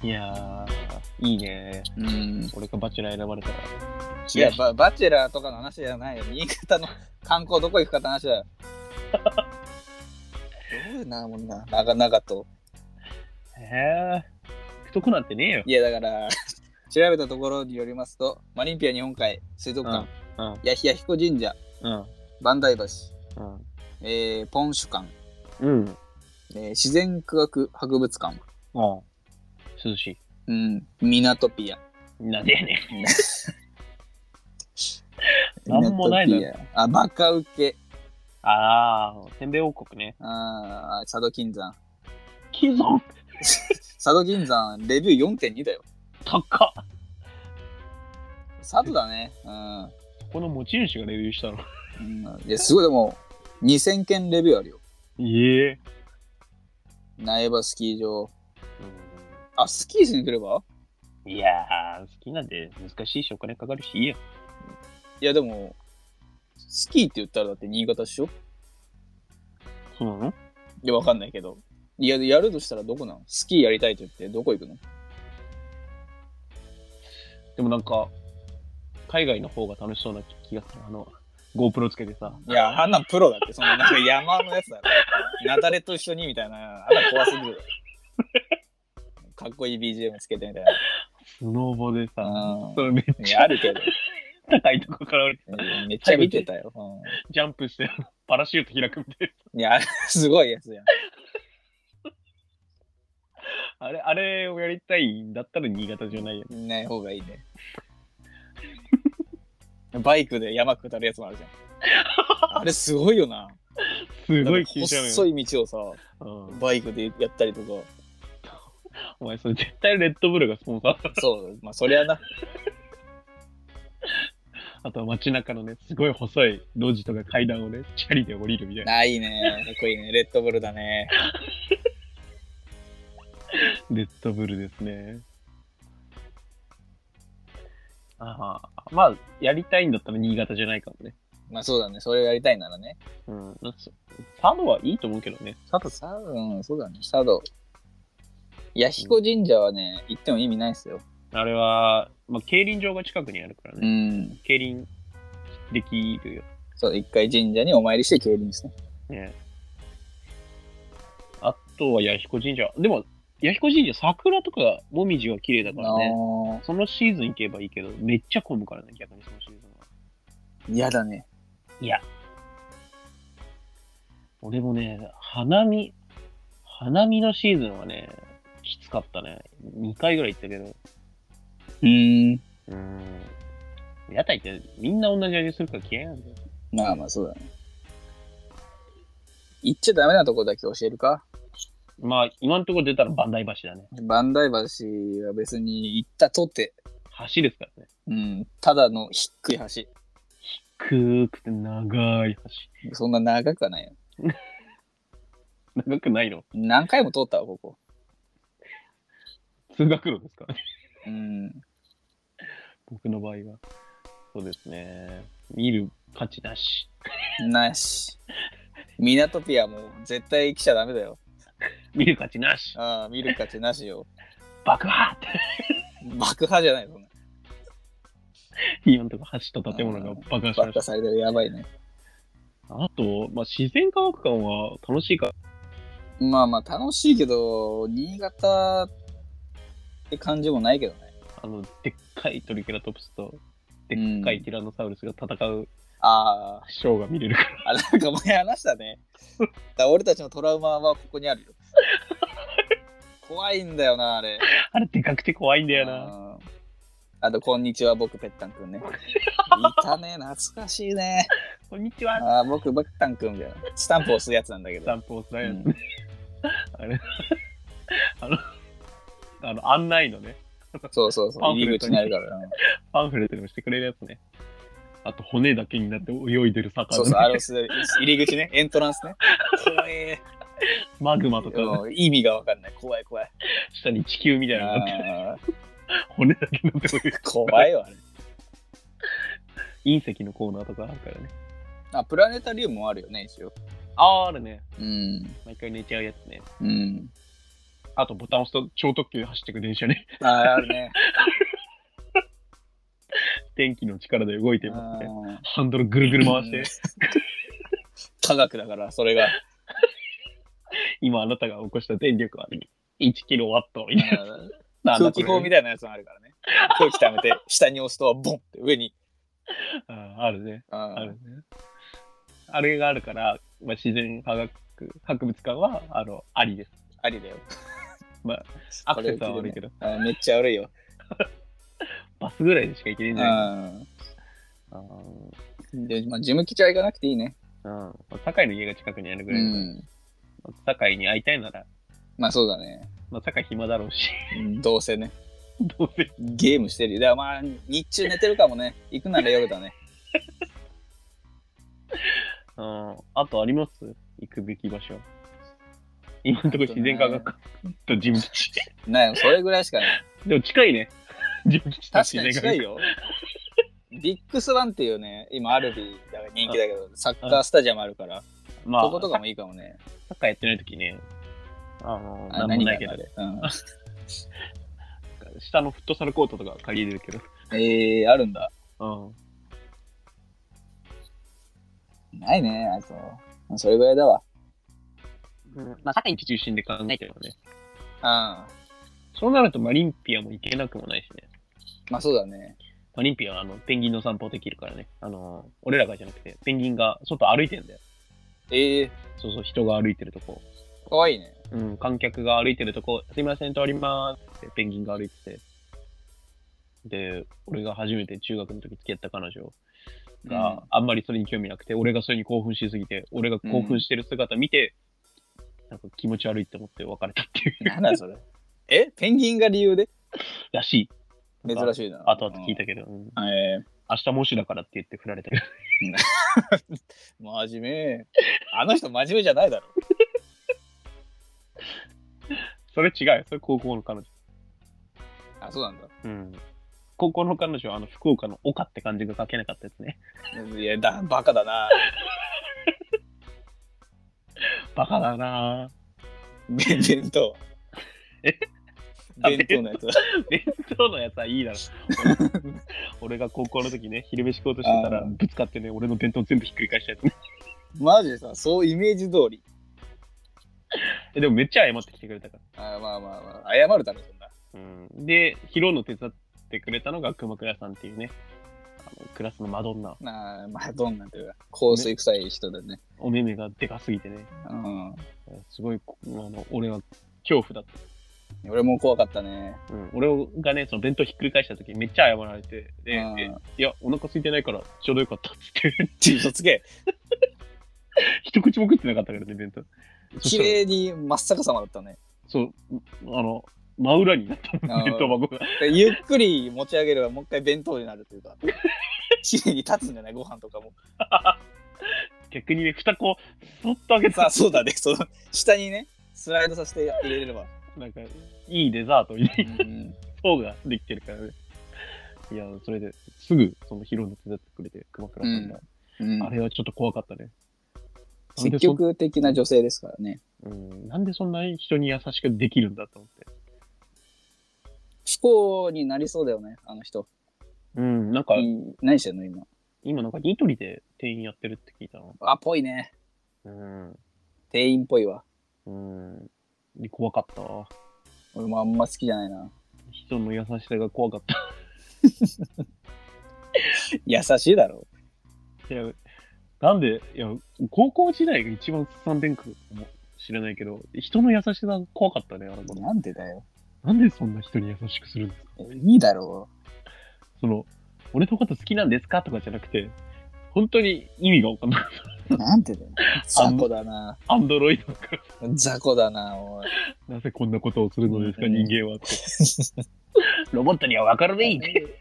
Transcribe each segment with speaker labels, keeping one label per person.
Speaker 1: いやー、いいね。
Speaker 2: うん。
Speaker 1: 俺がバチェラー選ばれたら。
Speaker 2: いや、ババチェラーとかの話じゃないよ。新潟の観光どこ行くかって話だよ。どういうな、もんな。長々と。
Speaker 1: えー、太くなんてねえよ。
Speaker 2: いや、だから、 調べたところによりますと、マリンピア日本海、水族館、
Speaker 1: うんうん
Speaker 2: ヤヒヤヒコ神社、
Speaker 1: うん。
Speaker 2: 万代橋、
Speaker 1: うん。
Speaker 2: えー、ポンシュ館、
Speaker 1: うん。
Speaker 2: えー自然科学博物館、
Speaker 1: うん。涼しい。
Speaker 2: うん、ミナトピア。
Speaker 1: なんでやねなんもないな
Speaker 2: ミナトピアあ、バカウケ、
Speaker 1: ん。あー、せんべい王国ね。
Speaker 2: あー佐渡金山。
Speaker 1: 貴族
Speaker 2: 佐渡金山、レビュー4.2だよ。
Speaker 1: 高っ。
Speaker 2: 佐渡だね。うん。
Speaker 1: この持ち主がレビューしたの。
Speaker 2: うんいや、すごい、でも、2000件レビューあるよ。
Speaker 1: いえ。
Speaker 2: 苗場スキー場。あ、スキーしに来れば
Speaker 1: いやー、好きなんで難しいし、お金かかるし、いいよ。
Speaker 2: いや、でも、スキーって言ったらだって新潟っしょ
Speaker 1: そうなの
Speaker 2: いや、わかんないけど。いや、やるとしたらどこなのスキーやりたいと言って、どこ行くの
Speaker 1: でもなんか、海外の方が楽しそうな気がする。あの、GoPro つけてさ。
Speaker 2: いや、あんなんプロだって、そのなんか山のやつだろ。なだれと一緒にみたいな、あんな怖すぎるだろ。かっこいい BGM つけてみたい
Speaker 1: スノーボでさ
Speaker 2: うん、
Speaker 1: それめっ
Speaker 2: な。い
Speaker 1: ち
Speaker 2: や、
Speaker 1: ゃ
Speaker 2: あるけど、
Speaker 1: 高いとこから降りて
Speaker 2: めっちゃ見てたよ。うん
Speaker 1: ジャンプして、 パラシュート開くみたい
Speaker 2: いや、すごいやつやん。
Speaker 1: な。あれ、あれをやりたいんだったら新潟じゃないよ。
Speaker 2: ない方がいいね。 バイクで山下るやつもあるじゃ ん。あれすごいよな。
Speaker 1: す
Speaker 2: す
Speaker 1: ごい急斜面。
Speaker 2: 細い道をさ、
Speaker 1: うん
Speaker 2: バイクでやったりとか。
Speaker 1: お前、それ絶対レッドブルがスポンサー だ。
Speaker 2: そう、まあそりゃな。
Speaker 1: あとは街中のね、すごい細い路地とか階段をね、チャリで降りるみたいな。
Speaker 2: ないいね。かっこいいね。レッドブルだね。
Speaker 1: レッドブルですね。ああ、まあ、やりたいんだったら新潟じゃないかもね。
Speaker 2: まあそうだね。それをやりたいならね。
Speaker 1: うん。なんかそ佐渡はいいと思うけどね。
Speaker 2: 佐渡、佐渡、うん、そうだね。佐渡。弥彦神社はね、行っても意味ないですよ。
Speaker 1: あれは、まあ、競輪場が近くにあるから
Speaker 2: う
Speaker 1: ね。
Speaker 2: ん。
Speaker 1: 競輪できるよ。
Speaker 2: そう、一回神社にお参りして競輪ですね。
Speaker 1: ね。あとは、弥彦神社。でも、弥彦神社、桜とかもみじは綺麗だからね。
Speaker 2: あ
Speaker 1: そのシーズン行けばいいけど、めっちゃ混むからね、逆にそのシーズンは。
Speaker 2: ー嫌だね。
Speaker 1: 俺もね、花見、花見のシーズンはね、きつかったね。2回ぐらい行ったけど。
Speaker 2: うん。
Speaker 1: うーん。屋台ってみんな同じ味するから嫌いなんだよ。
Speaker 2: まあまあそうだね。行っちゃダメなとこだけ教えるか
Speaker 1: まあ、今のところ出たら万代橋だね。
Speaker 2: 万代橋は別に行ったとて、
Speaker 1: 橋ですからね。
Speaker 2: うん、ただの低い橋。
Speaker 1: 低くて長い
Speaker 2: そんな長くはないよ。
Speaker 1: 橋。長くないの
Speaker 2: 何回も通ったわ、ここ。
Speaker 1: 通学路ですか
Speaker 2: うん。
Speaker 1: 僕の場合は。そうですね。見る価値なし。
Speaker 2: なし。ミナトピアも絶対来ちゃダメだよ。
Speaker 1: 見る価値なし。
Speaker 2: ああ、見る価値なしよ。
Speaker 1: 爆破って。
Speaker 2: 爆破じゃないそんな。
Speaker 1: 今のところ橋と建物が爆破しま
Speaker 2: 爆
Speaker 1: した
Speaker 2: 破。されてるやばいね。
Speaker 1: あと、まあ、自然科学館は楽しいから
Speaker 2: まあまあ楽しいけど、新潟って感じもないけどね。
Speaker 1: あの、でっかいトリケラトプスと、でっかいティラノサウルスが戦う
Speaker 2: ああ、
Speaker 1: ショーが見れるから、
Speaker 2: あ、なんか前話したね。だから俺たちのトラウマはここにある よ。怖いんだよな、あれ。
Speaker 1: あれでかくて怖いんだよな。
Speaker 2: うんあと、こんにちは、僕、ぺったんくんね。いたね、懐かしいね。
Speaker 1: こんにちは。
Speaker 2: あー僕、ぺったんくんみたいな。スタンプ押すやつなんだけ
Speaker 1: ス
Speaker 2: ど
Speaker 1: タ。ンプを押すな
Speaker 2: う
Speaker 1: やつ、
Speaker 2: ん
Speaker 1: あれ、あの、あの案内のね、
Speaker 2: そうそうそ
Speaker 1: パン
Speaker 2: う、
Speaker 1: フ
Speaker 2: 入
Speaker 1: レ
Speaker 2: り
Speaker 1: ット
Speaker 2: 口
Speaker 1: に
Speaker 2: にあるからな。
Speaker 1: パンフレットにもしてくれるやつね。あと、骨だけになって泳いでる魚、ね、
Speaker 2: そうそう、あれ押す入り口ね、エントランスね。怖え。
Speaker 1: マグマとか、
Speaker 2: うん意味がわかんない。怖い、怖い。
Speaker 1: 下に地球みたいなのがあって、
Speaker 2: あー
Speaker 1: 骨だけになって泳いでる。
Speaker 2: 怖いわ、あれ。
Speaker 1: 隕石のコーナーとかあるからね。
Speaker 2: あ、プラネタリウムもあるよね、一応。
Speaker 1: あー、あるね。
Speaker 2: うん。
Speaker 1: 毎回寝ちゃうやつね。
Speaker 2: うん。
Speaker 1: あとボタン押すと超特急で走ってく電車ね。
Speaker 2: ああ、あるね。
Speaker 1: 天気の力で動いてますね。
Speaker 2: うん
Speaker 1: ハンドルぐるぐる回して、
Speaker 2: 科学だから、それが。
Speaker 1: 今あなたが起こした電力は1キロワットみたい
Speaker 2: うん
Speaker 1: な。
Speaker 2: 空気砲み
Speaker 1: たい
Speaker 2: たいなやつもあるからね。空気溜めて、下に押すと、ボンって上に。
Speaker 1: な。あるね。
Speaker 2: うん
Speaker 1: あるね。あれがあるから、まあ、自然科学博物館は、あの、ありです。
Speaker 2: ありだよ。
Speaker 1: アクセスは悪いけど、
Speaker 2: あめっちゃ悪いよ。
Speaker 1: バスぐらいでしか行けないんじゃないあ
Speaker 2: うんで、まあ、ジム吉は行かなくていいね。
Speaker 1: ーうん。堺の家が近くにあるぐ
Speaker 2: う
Speaker 1: らいだから、
Speaker 2: ん。
Speaker 1: 堺に会いたいなら、
Speaker 2: まあ、そうだね。
Speaker 1: まあ、堺暇だろうし、
Speaker 2: うんどうせね。
Speaker 1: どうせ。
Speaker 2: ゲームしてるよ。だからまあ、日中寝てるかもね。行くなら夜だね。
Speaker 1: うん。あとあります行くべき場所。今のところ自然科学館とジム基地。
Speaker 2: ねそれぐらいしかない。
Speaker 1: でも近いね。 ジム基地と
Speaker 2: 確
Speaker 1: 自
Speaker 2: か
Speaker 1: 然科学
Speaker 2: に
Speaker 1: 館
Speaker 2: 近い。よ。ビッグスワンっていうね、今アルビーだから人気だけど、サッカースタジアムあるから、
Speaker 1: まあ、
Speaker 2: そことかもいいかもね。
Speaker 1: サッカーやってないときね、あの、
Speaker 2: あ
Speaker 1: なんもないけど
Speaker 2: あ、れうん
Speaker 1: 下のフットサルコートとか借りれるけど。
Speaker 2: えー、あるんだ。
Speaker 1: うん。
Speaker 2: ないね、あと。それぐらいだわ。
Speaker 1: まあ、堺中心で考えてるよね。
Speaker 2: ああ、
Speaker 1: そうなるとマリンピアも行けなくもないしね。
Speaker 2: まあそうだね。
Speaker 1: マリンピアはあのペンギンの散歩できるからね。あの、俺らがじゃなくて、ペンギンが外歩いてんだよ。
Speaker 2: ええ
Speaker 1: そうそう、人が歩いてるとこ。
Speaker 2: ー、かわいいね。
Speaker 1: うん、観客が歩いてるとこ、すいません、通りまーすって、ペンギンが歩いてて。で、俺が初めて中学の時付き合った彼女があんまりそれに興味なくて、俺がそれに興奮しすぎて、俺が興奮してる姿見て、なんか気持ち悪いって思って別れたっていう
Speaker 2: なんだそれ。えペンギンが理由で
Speaker 1: らしい。
Speaker 2: 珍しいな。
Speaker 1: 後々聞いたけど、うん
Speaker 2: うん。え
Speaker 1: 明日もしだからって言って振られたけど。
Speaker 2: ー、真面目。あの人真面目じゃないだろ。
Speaker 1: それ違うよ、それ高校の彼女。
Speaker 2: あ、そうなんだ。
Speaker 1: うん。高校の彼女はあの福岡の岡って感じが書けなかったですね。
Speaker 2: いや、だバカだな。
Speaker 1: バカだな
Speaker 2: 弁弁当。
Speaker 1: えあ
Speaker 2: 弁当のやつだ。
Speaker 1: ぁ。弁当のやつはいいだろ。俺俺が高校の時ね、昼飯食おうとしてたら
Speaker 2: あー
Speaker 1: ぶつかってね、俺の弁当全部ひっくり返したやつね。
Speaker 2: マジでさ、そうイメージ通り。
Speaker 1: えでもめっちゃ謝ってきてくれたか
Speaker 2: あまあまあまあ、謝るだろ、そんな。
Speaker 1: ら。うん。で、拾うの手伝ってくれたのが熊倉さんっていうね、あのクラスのマドンナ。
Speaker 2: まあ、まあ、どんなんていうか、香水臭い人だね。
Speaker 1: お目目がでかすぎてね、
Speaker 2: うん。
Speaker 1: すごい、こあの俺は恐怖だった。
Speaker 2: 俺も怖かったね。
Speaker 1: うん、俺がね、その弁当ひっくり返した時めっちゃ謝られて、で、
Speaker 2: あー
Speaker 1: えいや、お腹空いてないからちょうどよかったっつって、
Speaker 2: 嘘つけ。
Speaker 1: 一口も食ってなかったからね、弁当。そし
Speaker 2: 綺
Speaker 1: たら
Speaker 2: 麗に真っ逆さまだったね。
Speaker 1: そう、あの、真裏になった
Speaker 2: あー
Speaker 1: の、弁当箱が。
Speaker 2: でゆっくり持ち上げればもう一回弁当になる というか綺麗に立つんじゃないご飯とかも
Speaker 1: 逆にね、蓋こう、そっと開け
Speaker 2: さ
Speaker 1: た
Speaker 2: あそうだねその下にねスライドさせて入れれば、
Speaker 1: なんか、いいデザートに、
Speaker 2: うん、
Speaker 1: 層ができてるからね。いや、それですぐ、その、広の手伝ってくれて、熊倉さんが。
Speaker 2: うん
Speaker 1: あれはちょっと怖かったね。なん
Speaker 2: 積
Speaker 1: でそん
Speaker 2: 極的な女性ですからね
Speaker 1: うん、なんでそんな人に優しくできるんだと思って。
Speaker 2: 不幸になりそうだよねあの人、
Speaker 1: うん、なんか、
Speaker 2: うん何してんの今
Speaker 1: 今なんかニトリで店員やってるって聞いたの。
Speaker 2: あぽいね
Speaker 1: うん。
Speaker 2: 店員っぽいわ
Speaker 1: うん。で、怖かったわ。
Speaker 2: 俺もあんま好きじゃないな
Speaker 1: 人の優しさが怖かった。
Speaker 2: 優しいだろ
Speaker 1: いや、なんで、いや、高校時代が一番すさんでんかもしれないけど、人の優しさが怖かったね、あの頃。
Speaker 2: なんでだよ
Speaker 1: なんでそんな人に優しくするんですか
Speaker 2: えいいだろ
Speaker 1: その、俺のこと好きなんですかとかじゃなくて、本当に意味がわかんない。
Speaker 2: うなんでだ よ雑魚だな
Speaker 1: アンドロイドが、
Speaker 2: 雑魚だなおい
Speaker 1: なぜこんなことをするのですか、
Speaker 2: うん
Speaker 1: 人間はって。ロボットにはわからないって。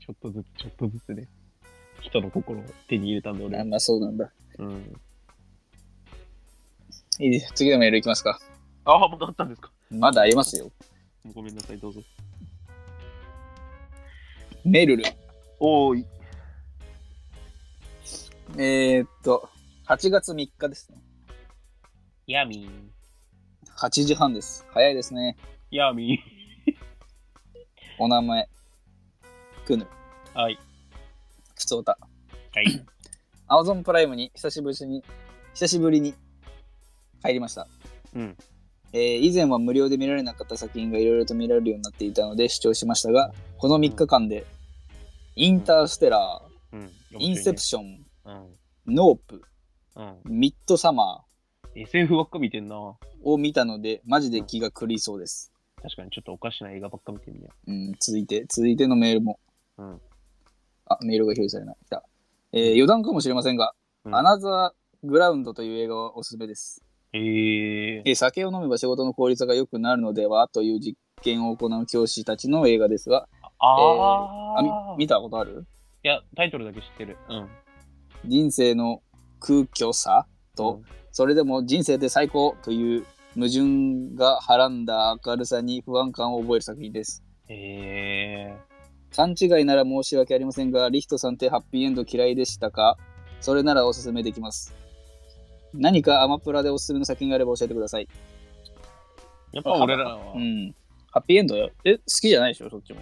Speaker 1: ちょっとずつ、ちょっとずつね、人の心を手に入れたんで、俺
Speaker 2: あ
Speaker 1: は。
Speaker 2: んまそうなんだ
Speaker 1: うん。
Speaker 2: いいです次のメールいきますか
Speaker 1: ああ、もうなったんですか。
Speaker 2: まだありますよ。
Speaker 1: ごめんなさい、どうぞ。
Speaker 2: メルル。
Speaker 1: おーい。
Speaker 2: えー、っと、8月3日ですね。
Speaker 1: ヤミー。
Speaker 2: 8時半です。早いですね。
Speaker 1: ヤーミ
Speaker 2: お名前、くぬ、
Speaker 1: ー。はい。
Speaker 2: ふつおた。
Speaker 1: はい。
Speaker 2: アマゾンプライムに久しぶりに、久しぶりに入りました。
Speaker 1: うん。
Speaker 2: えー以前は無料で見られなかった作品がいろいろと見られるようになっていたので視聴しましたが、この3日間で、インターステラ
Speaker 1: うん。
Speaker 2: ー、インセプション、
Speaker 1: うん。
Speaker 2: ノープ、
Speaker 1: うん。
Speaker 2: ミッドサマ
Speaker 1: SF ばっか見てんな。
Speaker 2: ーを見たので、マジで気が狂いそうです。
Speaker 1: 確かにちょっとおかしな映画ばっか見てんね
Speaker 2: うん、続いて、続いてのメールも。
Speaker 1: うん
Speaker 2: あ、メールが表示されない。来た。えー余談かもしれませんが、
Speaker 1: うん
Speaker 2: アナザーグラウンドという映画はおすすめです。
Speaker 1: や。えー。
Speaker 2: えー酒を飲めば仕事の効率が良くなるのではという実験を行う教師たちの映画ですが、あみ
Speaker 1: あー。い
Speaker 2: 見たことある
Speaker 1: や、タイトルだけ知ってる。うん。
Speaker 2: 人生の空虚さ
Speaker 1: う
Speaker 2: と、
Speaker 1: ん
Speaker 2: それでも人生で最高という矛盾がはらんだ明るさに不安感を覚える作品です。
Speaker 1: え
Speaker 2: 勘違いなら申し訳ありませんが、リヒトさんってハッピーエンド嫌いでしたかそれならおすすめできます。何かアマプラでおすすめの作品があれば教えてください。
Speaker 1: ー。やっぱ俺らは
Speaker 2: う、ん。ハッピーエンドよえ、好きじゃないでしょそっちも。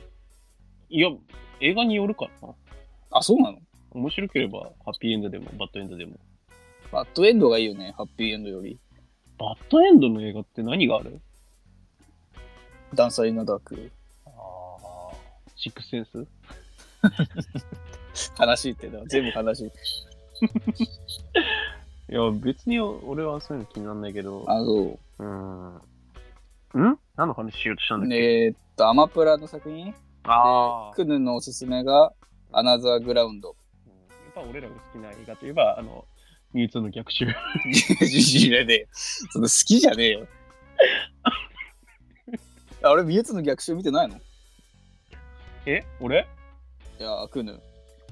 Speaker 1: いや、映画によるかな。
Speaker 2: あ、そうなの
Speaker 1: 面白ければ、ハッピーエンドでも、バッドエンドでも。
Speaker 2: バッドエンドがいいよね、ハッピーエンドより。
Speaker 1: バッドエンドの映画って何がある
Speaker 2: ダンサーインナーダーク。
Speaker 1: ああ。シックスセンス
Speaker 2: 悲しいってのは全部悲しい。
Speaker 1: いや、別に俺はそういうの気にならないけど。
Speaker 2: あ、そ
Speaker 1: ー
Speaker 2: う
Speaker 1: ん。ん何の話しようとしたんだ
Speaker 2: う。
Speaker 1: っけ、
Speaker 2: えーっと、アマプラの作品
Speaker 1: ああ。
Speaker 2: クヌのおすすめが、アナザーグラウンド。
Speaker 1: うんやっぱ俺らが好きな映画といえば、あの、ミュウツーの逆襲。
Speaker 2: いやね、その好きじゃねえよ。あれ、ミュウツーの逆襲見てないのい
Speaker 1: え俺
Speaker 2: や、クヌ。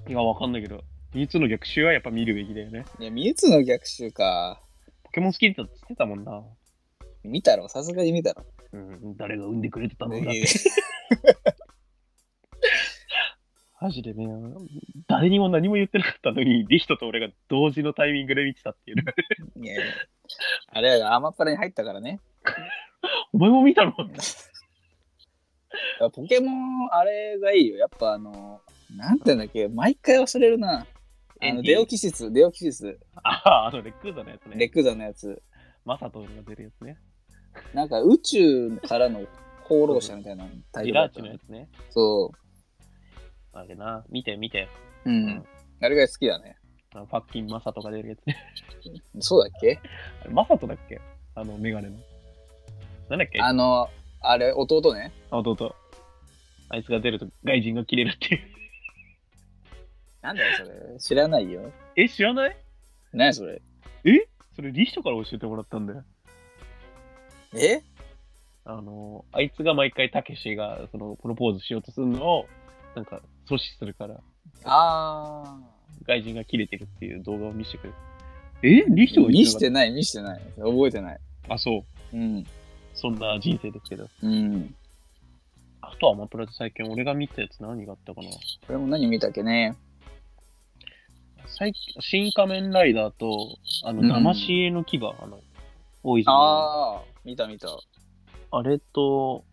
Speaker 1: いや、わかんないけど、ミュウツーの逆襲はやっぱ見るべきだよね。
Speaker 2: いや、ミュウツーの逆襲か。
Speaker 1: ポケモン好きだって言ってたもんな。
Speaker 2: 見たろ、さすがに見たろ。
Speaker 1: うん、誰が産んでくれてたのだっ
Speaker 2: い
Speaker 1: て。
Speaker 2: や
Speaker 1: マジでね、誰にも何も言ってなかったのに、リヒトと俺が同時のタイミングで見てたっていうね。
Speaker 2: いやあれはアマプラに入ったからね。
Speaker 1: お前も見たの
Speaker 2: ポケモン、あれがいいよ。やっぱあの、なんていうんだっけ、毎回忘れるな。あ
Speaker 1: エン
Speaker 2: の
Speaker 1: ディ
Speaker 2: デオキシス、デオキシス、
Speaker 1: ああ、あのレックーザのやつ
Speaker 2: レ
Speaker 1: ね。
Speaker 2: クザのやつ。
Speaker 1: マサトが出るやつね。
Speaker 2: なんか宇宙からの放浪者みたいなタイ
Speaker 1: リ
Speaker 2: プだ
Speaker 1: ラー
Speaker 2: った
Speaker 1: チのやつね。
Speaker 2: そ
Speaker 1: あれな、見て見て。
Speaker 2: う。うん。あれが好きだね。
Speaker 1: あのファッキンマサトが出るやつね。
Speaker 2: そうだっけ
Speaker 1: あれマサトだっけあの、メガネの。なんだっけ
Speaker 2: あの、あれ、弟ね。
Speaker 1: あ弟。あいつが出ると外人が切れるっていう。
Speaker 2: なんだよ、それ。知らないよ。
Speaker 1: え、知らない
Speaker 2: 何それ。
Speaker 1: それリヒトから教えてもらったんだよ。
Speaker 2: え
Speaker 1: あの、あいつが毎回たけしがそのプロポーズしようとするのを、なんか阻止するから、
Speaker 2: あ
Speaker 1: 外人が切れてるっていう動画を見せてくれる。えリヒト
Speaker 2: ー。
Speaker 1: が
Speaker 2: 見
Speaker 1: 言っ
Speaker 2: してて
Speaker 1: なか
Speaker 2: ない、見してない。覚えてない。
Speaker 1: ったあ、そう。
Speaker 2: うん。
Speaker 1: そんな人生ですけど。
Speaker 2: うん。
Speaker 1: あとはアマプラで最近俺が見たやつ何があったかな
Speaker 2: これも何見たっけね。
Speaker 1: 最近、新仮面ライダーと、あの、
Speaker 2: うん
Speaker 1: 魂の牙、あの、大泉の
Speaker 2: ああ、見た見た。
Speaker 1: あれと、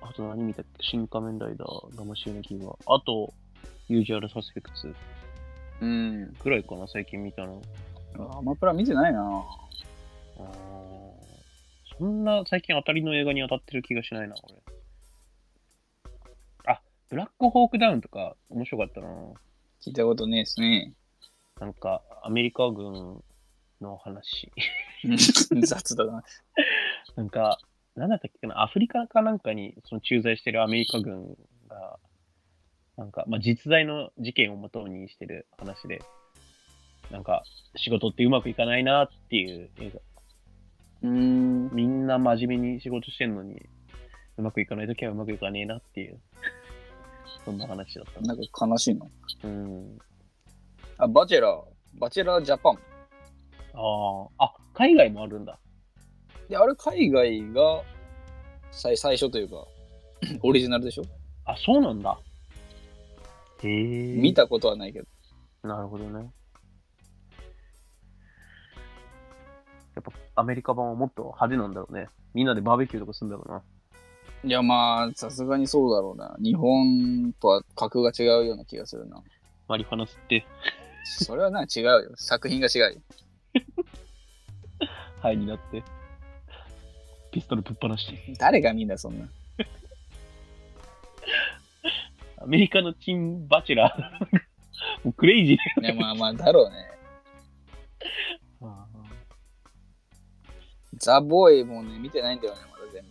Speaker 1: あと何見たっけ新仮面ライダー、魂の牙、あと、ユージュアルサスペクツ
Speaker 2: うん。
Speaker 1: くらいかな、最近見たの。
Speaker 2: アマプラ見てないな。
Speaker 1: あーそんな最近当たりの映画に当たってる気がしないな、俺。あ、ブラックホークダウンとか面白かったな。
Speaker 2: 聞いたことねえですね。
Speaker 1: なんか、アメリカ軍の話。
Speaker 2: 雑だな。
Speaker 1: なんか、なんだったっけかな、アフリカかなんかにその駐在してるアメリカ軍が、なんか、まあ、実在の事件をもとにしてる話で、なんか、仕事ってうまくいかないなっていう映画。
Speaker 2: うん。
Speaker 1: みんな真面目に仕事してんのに、うまくいかないときはうまくいかねえなっていう、 そんな話だったな。
Speaker 2: なんか悲しいな。
Speaker 1: うん。
Speaker 2: あ、バチェラー。バチェラージャパン。
Speaker 1: あーあ、海外もあるんだ。
Speaker 2: で、あれ海外が最最初というか、 オリジナルでしょ、
Speaker 1: あ、そうなんだ。へえ。
Speaker 2: 見たことはないけど。
Speaker 1: なるほどね。やっぱアメリカ版はもっと派手なんだろうね。みんなでバーベキューとかするんだろうな。
Speaker 2: いやまあ、さすがにそうだろうな。日本とは格が違うような気がするな。
Speaker 1: マリファナ吸って、
Speaker 2: それはな、違うよ。 作品が違うよ。
Speaker 1: ハイになって、ピストルぶっ放して。
Speaker 2: 誰が見んだ、そんな。
Speaker 1: アメリカのチンバチェラー。 もうクレイジー
Speaker 2: いやまあまあ、だろうね。
Speaker 1: あ
Speaker 2: ザ・ボーイもね、見てないんだよね、まだ全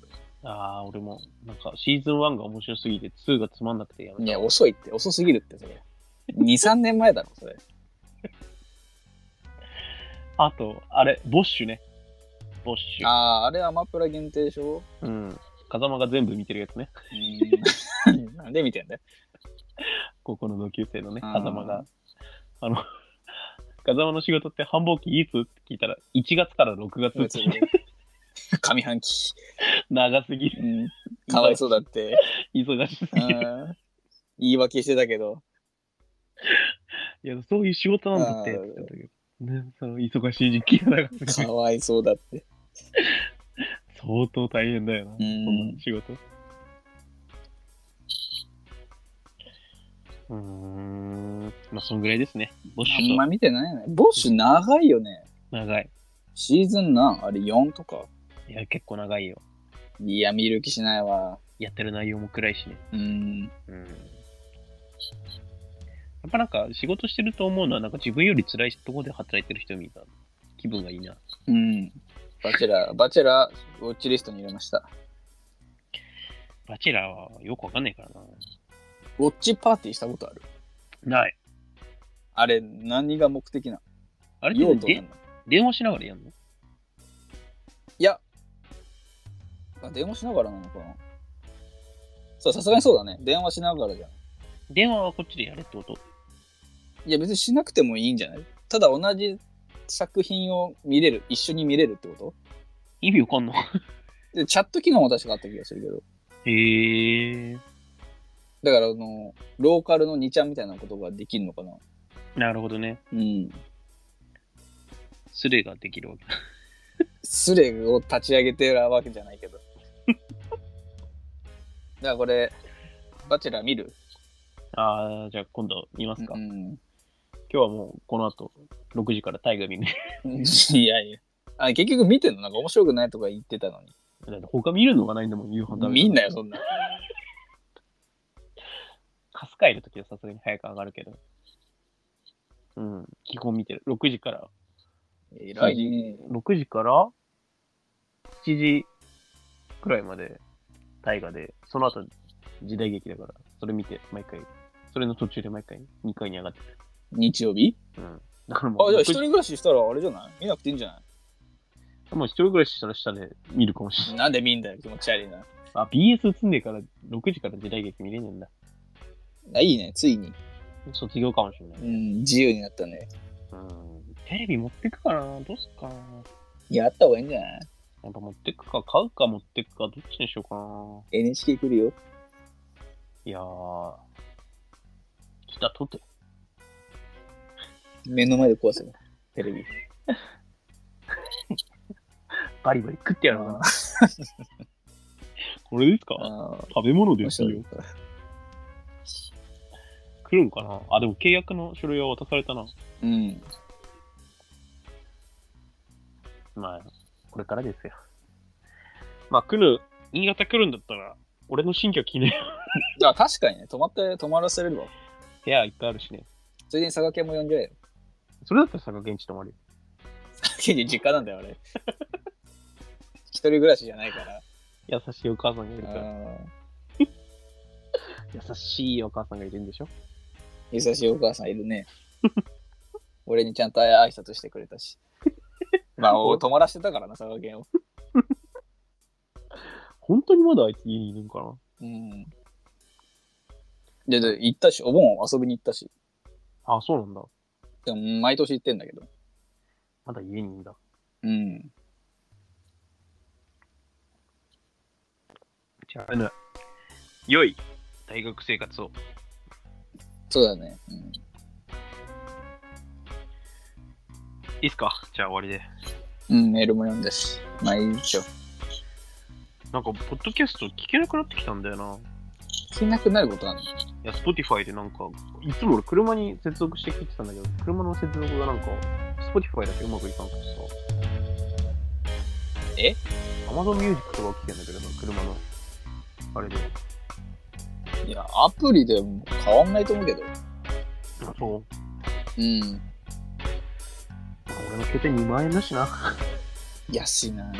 Speaker 1: あー、俺も、なんかシーズン1が面白すぎて、2がつまんなくてや
Speaker 2: 部。
Speaker 1: め
Speaker 2: い
Speaker 1: た。
Speaker 2: や、遅いって、遅すぎるって、それ。2、3年前だろ、それ。
Speaker 1: あと、あれ、ボッシュね。ボッシュ。
Speaker 2: ああ、あれアマプラ限定でしょ
Speaker 1: うん。風間が全部見てるやつね。
Speaker 2: うーん なんで見てんだよ。
Speaker 1: 高校の同級生のね、
Speaker 2: うん
Speaker 1: 風間が。あの、 風間の仕事って繁忙期いつって聞いたら、1月から6月って言って
Speaker 2: 上半期。
Speaker 1: 長すぎる。
Speaker 2: うんかわいそうだって。
Speaker 1: 忙しす
Speaker 2: う
Speaker 1: ぎる。
Speaker 2: ん言い訳してたけど。
Speaker 1: いや、そういう仕事なんだって。
Speaker 2: う
Speaker 1: っ
Speaker 2: ん
Speaker 1: て言ったけどね、その忙しい時期が長すぎ
Speaker 2: か
Speaker 1: る。
Speaker 2: わいそうだって。
Speaker 1: 相当大変だよな、そ
Speaker 2: ん
Speaker 1: んな仕事。うーん、まあ、そんぐらいですね。ボッシ
Speaker 2: あ
Speaker 1: ュ
Speaker 2: んま
Speaker 1: と
Speaker 2: 見てないね。ボッシュ長いよね。
Speaker 1: 長い。
Speaker 2: シーズンなんあれ4とか。
Speaker 1: いや、結構長いよ。
Speaker 2: いや、見る気しないわ。
Speaker 1: やってる内容も暗いしね。
Speaker 2: うん。
Speaker 1: うんやっぱなんか仕事してると思うのはなんか自分より辛いところで働いてる人見た気分がいいな。
Speaker 2: うん。バチェラー、バチェラー、ウォッチリストに入れました。
Speaker 1: バチェラーはよくわかんないから
Speaker 2: ウォッチパーティーしたことある
Speaker 1: な。ない。
Speaker 2: あれ、何が目的なの
Speaker 1: あれ
Speaker 2: 用
Speaker 1: っ
Speaker 2: 途
Speaker 1: て
Speaker 2: な
Speaker 1: で
Speaker 2: んだ
Speaker 1: 電話しながらやるの
Speaker 2: いや。あ電話しながらなのかなそう、さすがにそうだね。電話しながらじゃん。
Speaker 1: 電話はこっちでやれってこと
Speaker 2: いや、別にしなくてもいいんじゃないただ同じ作品を見れる、一緒に見れるってこと
Speaker 1: 意味わか んの
Speaker 2: で、チャット機能も確かあった気がするけど。
Speaker 1: へえ。
Speaker 2: だから、あの、ローカルの2ちゃんみたいなことができるのかな
Speaker 1: なるほどね。
Speaker 2: うん。
Speaker 1: スレができるわけだ。
Speaker 2: スレを立ち上げてるわけじゃないけど。だ からこれ、バチェラー見る
Speaker 1: ああ、じゃあ今度見ますか。
Speaker 2: う
Speaker 1: 今
Speaker 2: ん。
Speaker 1: 日はもうこの後6時から大河見る。
Speaker 2: いやいや。あ、結局見てんのなんか面白くないとか言ってたのに。
Speaker 1: だって 他見るのがないんだもん、夕飯食べるの
Speaker 2: 見んなよ、そんな。
Speaker 1: カスカいるときはさすがに早く上がるけど。うん、基本見てる。6時から。
Speaker 2: 偉いね。
Speaker 1: 6時から7時くらいまで大河で、その後時代劇だから、それ見て、毎回。それの途中で毎回2階に上がってる。
Speaker 2: 日曜日
Speaker 1: うん。だからも
Speaker 2: あ、
Speaker 1: う、
Speaker 2: じゃ
Speaker 1: 6
Speaker 2: あ一人暮らししたらあれじゃない見なくていいんじゃない
Speaker 1: もう一人暮らししたら下で見るかもしれない。
Speaker 2: なんで見んだよ、気持ち悪いな。
Speaker 1: あ、BS 映んねえから、6時から時代劇見れねえんだ。
Speaker 2: あいいね、ついに。。
Speaker 1: 卒業かもしれないう
Speaker 2: ん、自由になったね。
Speaker 1: うん。テレビ持ってくかなどうすっかな
Speaker 2: やった方がいいんじゃない
Speaker 1: やっぱ持ってくか、買うか持ってくか、どっちにしようかな。
Speaker 2: ?NHK 来るよ。
Speaker 1: いやー、来たとて、
Speaker 2: 目の前で壊せば。テレビ。
Speaker 1: バリバリ食ってやろうかな。 これですか
Speaker 2: ああ、
Speaker 1: 食べ物で
Speaker 2: 面
Speaker 1: す
Speaker 2: 白
Speaker 1: よ
Speaker 2: い。。
Speaker 1: 来るんかなあ、でも契約の書類は渡されたな。
Speaker 2: うん。
Speaker 1: まあ、これからですよ。まあ、来る、新潟来るんだったら、俺の新居記念。
Speaker 2: あ、確かにね、泊まって、泊まらせれるわ。
Speaker 1: 部屋いっぱいあるしね。
Speaker 2: ついでに佐賀県も呼んじゃえよ。
Speaker 1: それだったら佐賀県地泊まるよ。
Speaker 2: 佐賀県に実家なんだよ、あれ。 一人暮らしじゃないから。
Speaker 1: 優しいお母さんがいるから。
Speaker 2: ああ
Speaker 1: 優しいお母さんがいるんでしょ
Speaker 2: 優しいお母さんいる ね。俺にちゃんと挨拶してくれた し。まあ、お泊まらせてたからな、佐賀県を。
Speaker 1: 本当にまだあいつ家にいるんかな
Speaker 2: うん。で、で行ったし、お盆遊びに行ったし。
Speaker 1: あ、そうなんだ。
Speaker 2: でも毎年行ってんだけど。
Speaker 1: まだ家にいるんだ。
Speaker 2: うん。
Speaker 1: じゃあ、ね、良い大学生活を。
Speaker 2: そうだね。うん、
Speaker 1: いいっすかじゃあ終わりで。
Speaker 2: うん、メールも読んだし。まあいいでしょ。
Speaker 1: なんか、ポッドキャスト聞けなくなってきたんだよな。
Speaker 2: 聞けなくなることなの
Speaker 1: いや、Spotify でなんか、いつも俺車に接続して聞いてたんだけど、車の接続がなんか、Spotify だけうまくいかんくてさ。
Speaker 2: え
Speaker 1: ?Amazon Music とかは聞けんだけどな、車の。あれで。
Speaker 2: いや、アプリでも変わんないと思うけど。
Speaker 1: あ、そう。
Speaker 2: うん。
Speaker 1: 俺の携帯2万円だしな。
Speaker 2: 安いな。